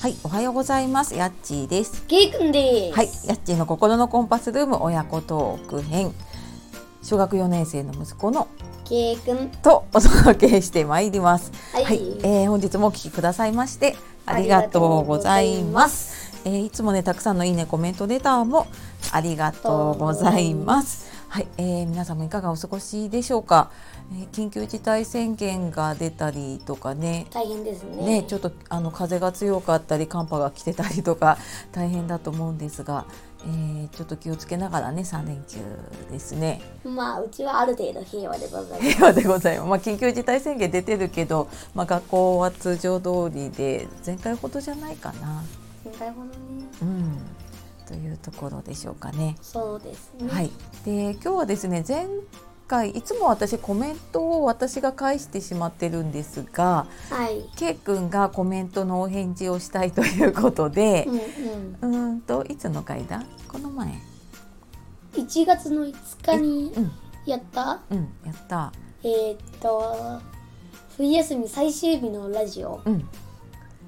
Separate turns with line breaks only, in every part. はい、おはようございます。やっちーです。
ケイくんです。
はい、やっちーの心のコンパスルーム親子トーク編。小学4年生の息子の
ケイくん。
とお届けしてまいります。
は
はい、えー本日もお聞きくださいましてありがとうございます。えーいつもねたくさんのいいねコメントレターもありがとうございます。はい、えー皆様いかがお過ごしでしょうか、えー緊急事態宣言が出たりとかね。
大変ですね。
ね、ちょっとあの風が強かったり寒波が来てたりとか大変だと思うんですが、えーちょっと気をつけながらね3連休ですね。
まあ、うちはある程度平和でございます。
平和でございます。まあ、緊急事態宣言出てるけど、まあ、学校は通常通りで前回ほどじゃないかな、
今回ほどね。
うん、というところでしょうかね。
そうですね。
はい、で今日はですね前回いつも私コメントを私が返してしまってるんですが
はい。
ケイ君がコメントのお返事をしたいということで
うんうん。
うーんといつの回だこの前、
1月の5日に
うん
やった、
うん、やった、
えーっと、冬休み最終日のラジオ
うん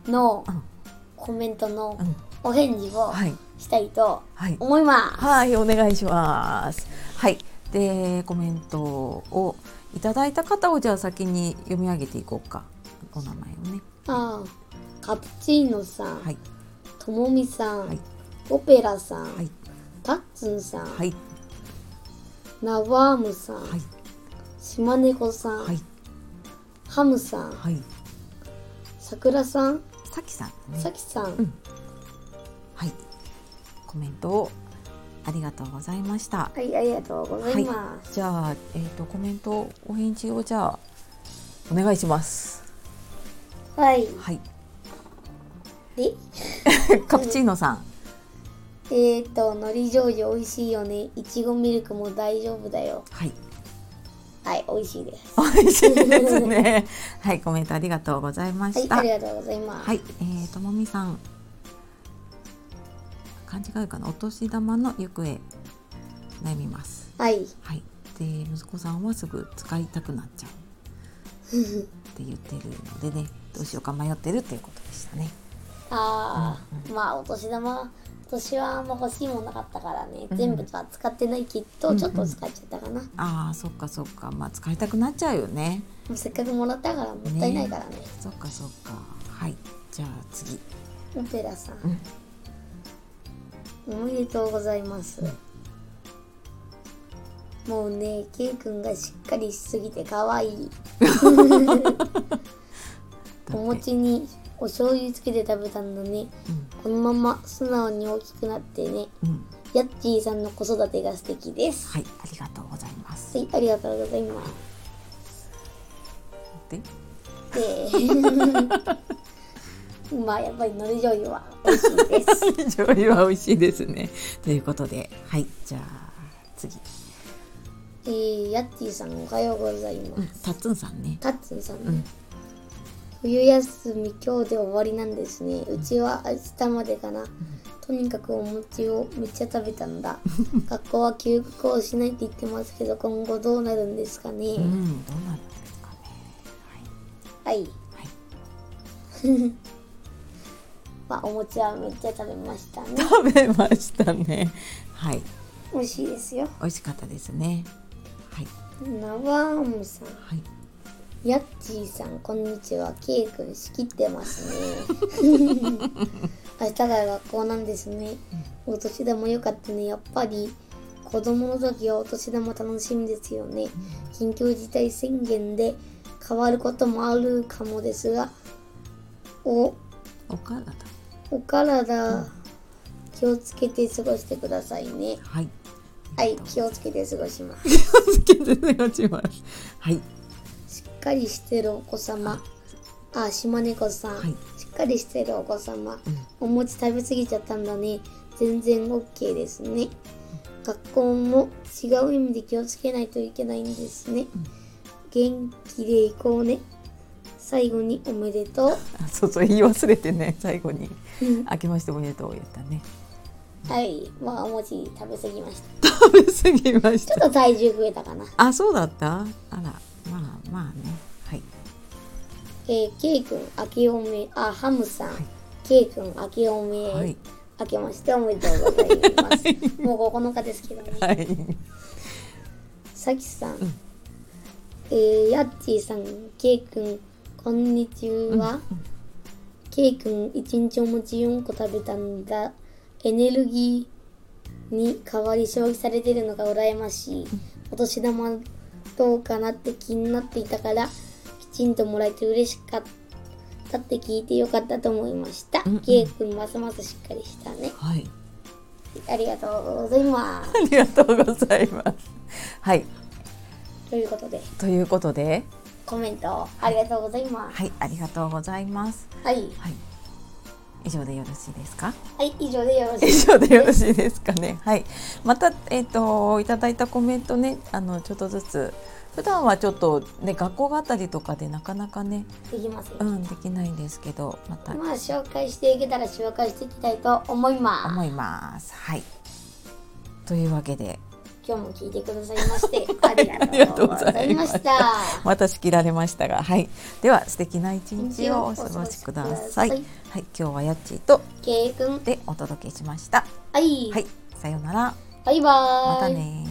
の
うん
コメントの
うん、
お返事を
はい、
したいと
はい、
思います。
はい、お願いします。はい、で、コメントをいただいた方をじゃあ先に読み上げていこうか。お名前をね。
ああカプチーノさん、
はい、
ともみさん、
はい
オペラさん、
はい、
タッツンさん、
はい、
ナワームさん、
はい、
島猫さん、
はい、
ハムさん、
はい、
さくらさん、
さきさんだ
さ
ね。
きさん、
うんはい、コメントをありがとうございました。
はい、ありがとうございます。
じゃあ、えっ、と、コメント、お返事をじゃあ、お願いします。
はい、
はい、
で、
カプチーノさん。
えっ、ー、と、のり醤油美味しいよね。いちごミルクも大丈夫だよ。
はい。
はい、美味しいです。
美味しいですね。はい、コメントありがとうございま
は
し
い、
た。
ありがとうございます。
はい、えー、ともみさん。勘違いかな、お年玉の行方。悩みます。
はい、
はい、で、息子さんはすぐ使いたくなっちゃう。って言ってるのでね、どうしようか迷ってるっていうことでしたね。
ああ、まあ、お年玉。今年はあんま欲しいもんなかったからね、
うん
全部は使ってないけ
う
ど
ん
ちょっと使っちゃったかな、も
ああ、そっか、そっか、まあ、使いたくなっちゃうよね。
うせっかくもらったからもったいないからね
そっか、そっか、はい、じゃあ、次。
オペラさ
うん
ん、おめでとうございます、もうねケイ君がしっかりしすぎて可愛 いお餅にお醤油つけて食べたんだねこのまま素直に大きくなってね
うん、うん、
ヤッチーさんの子育てが素敵です
はい、ありがとうございます
は。いありがとうございます
で、
で まあやっぱりのり醤油は美味しいです
醤油は美味しいですね。ということで、はい、じゃあ、次。
えー、ヤッチーさんおはようございます、
うん、タッツンさんね。
タッツンさん、ね
うん
冬休み今日で終わりなんですねうちは明日までかな、とにかくお餅をめっちゃ食べたんだ学校は休校をしないって言ってますけど今後どうなるんですかね、
うん、どうなるんですかね。
はい
はい、はい、
まあお餅はめっちゃ食べましたね
食べましたね。はい、
美味しいですよ
美味しかったですね。はい、
ナワームさん
はい、
ヤッチーさんこんにちはケイ君仕切ってますね明日から学校なんですねお年玉良かったねやっぱり子供の時はお年玉楽しみですよね緊急事態宣言で変わることもあるかもですがお
お母方。
お体気をつけて過ごしてくださいね
はい、
はい気をつけて過ごします
つけて落ちます。はい、
しっかりしてるお子様あ島猫さん、
はい
しっかりしてるお子様、お餅食べ過ぎちゃったんだね全然 OK ですね学校も違う意味で気をつけないといけないんですね、元気で行こうね最後におめでとう
あそうそう、言い忘れてね、最後に。明けましておめでとう言ったね。
はいまあお餅食べ過ぎました
食べ過ぎまし
ち。ょっと体重増えたかな
あ、そうだった。あら、まあ、まあね。はい、
えー、ケイ君、あけおめ、あ、ハムさん、ケイ君明けおめ、
はい
明けましておめでとうございます、 もう9日ですけどね
はい
さきさん、えー、やっちーさん、けいくん、こんにちは。けいくん、一日お餅4個食べたんだ。エネルギーに代わり消費されてるのが羨ましい。お年玉どうかなって気になっていたから、きちんともらえて嬉しかったって聞いてよかったと思いました
うんうん。
けいくん、ますますしっかりしたね。
はい
ありがとうございます。
ありがとうございますはい
ということで、
ということで
コメントありがとうございます。
はいありがとうございます
はい。
はい以上でよろしいですか
はい、以上でよろし
以
いです。
上でよろしいですかね。はい。またえっ、といただいたコメントね、あのちょっとずつ普段はちょっとね学校があったりとかでなかなかね、
できますよ、
うんできないんですけど、また
まあ、紹介していけたら紹介していきたいと思います。
思います。はい。というわけで
今日も聞いてくださいま して、 ありがとうございました。
また仕切られましたが、はい。では素敵な一日をお過ごしください。
お過ごしくださ
はいい。今日はやっちーと
けいくん、
でお届けしました。
はい、
はい。さようなら。
バイバーイ。
またね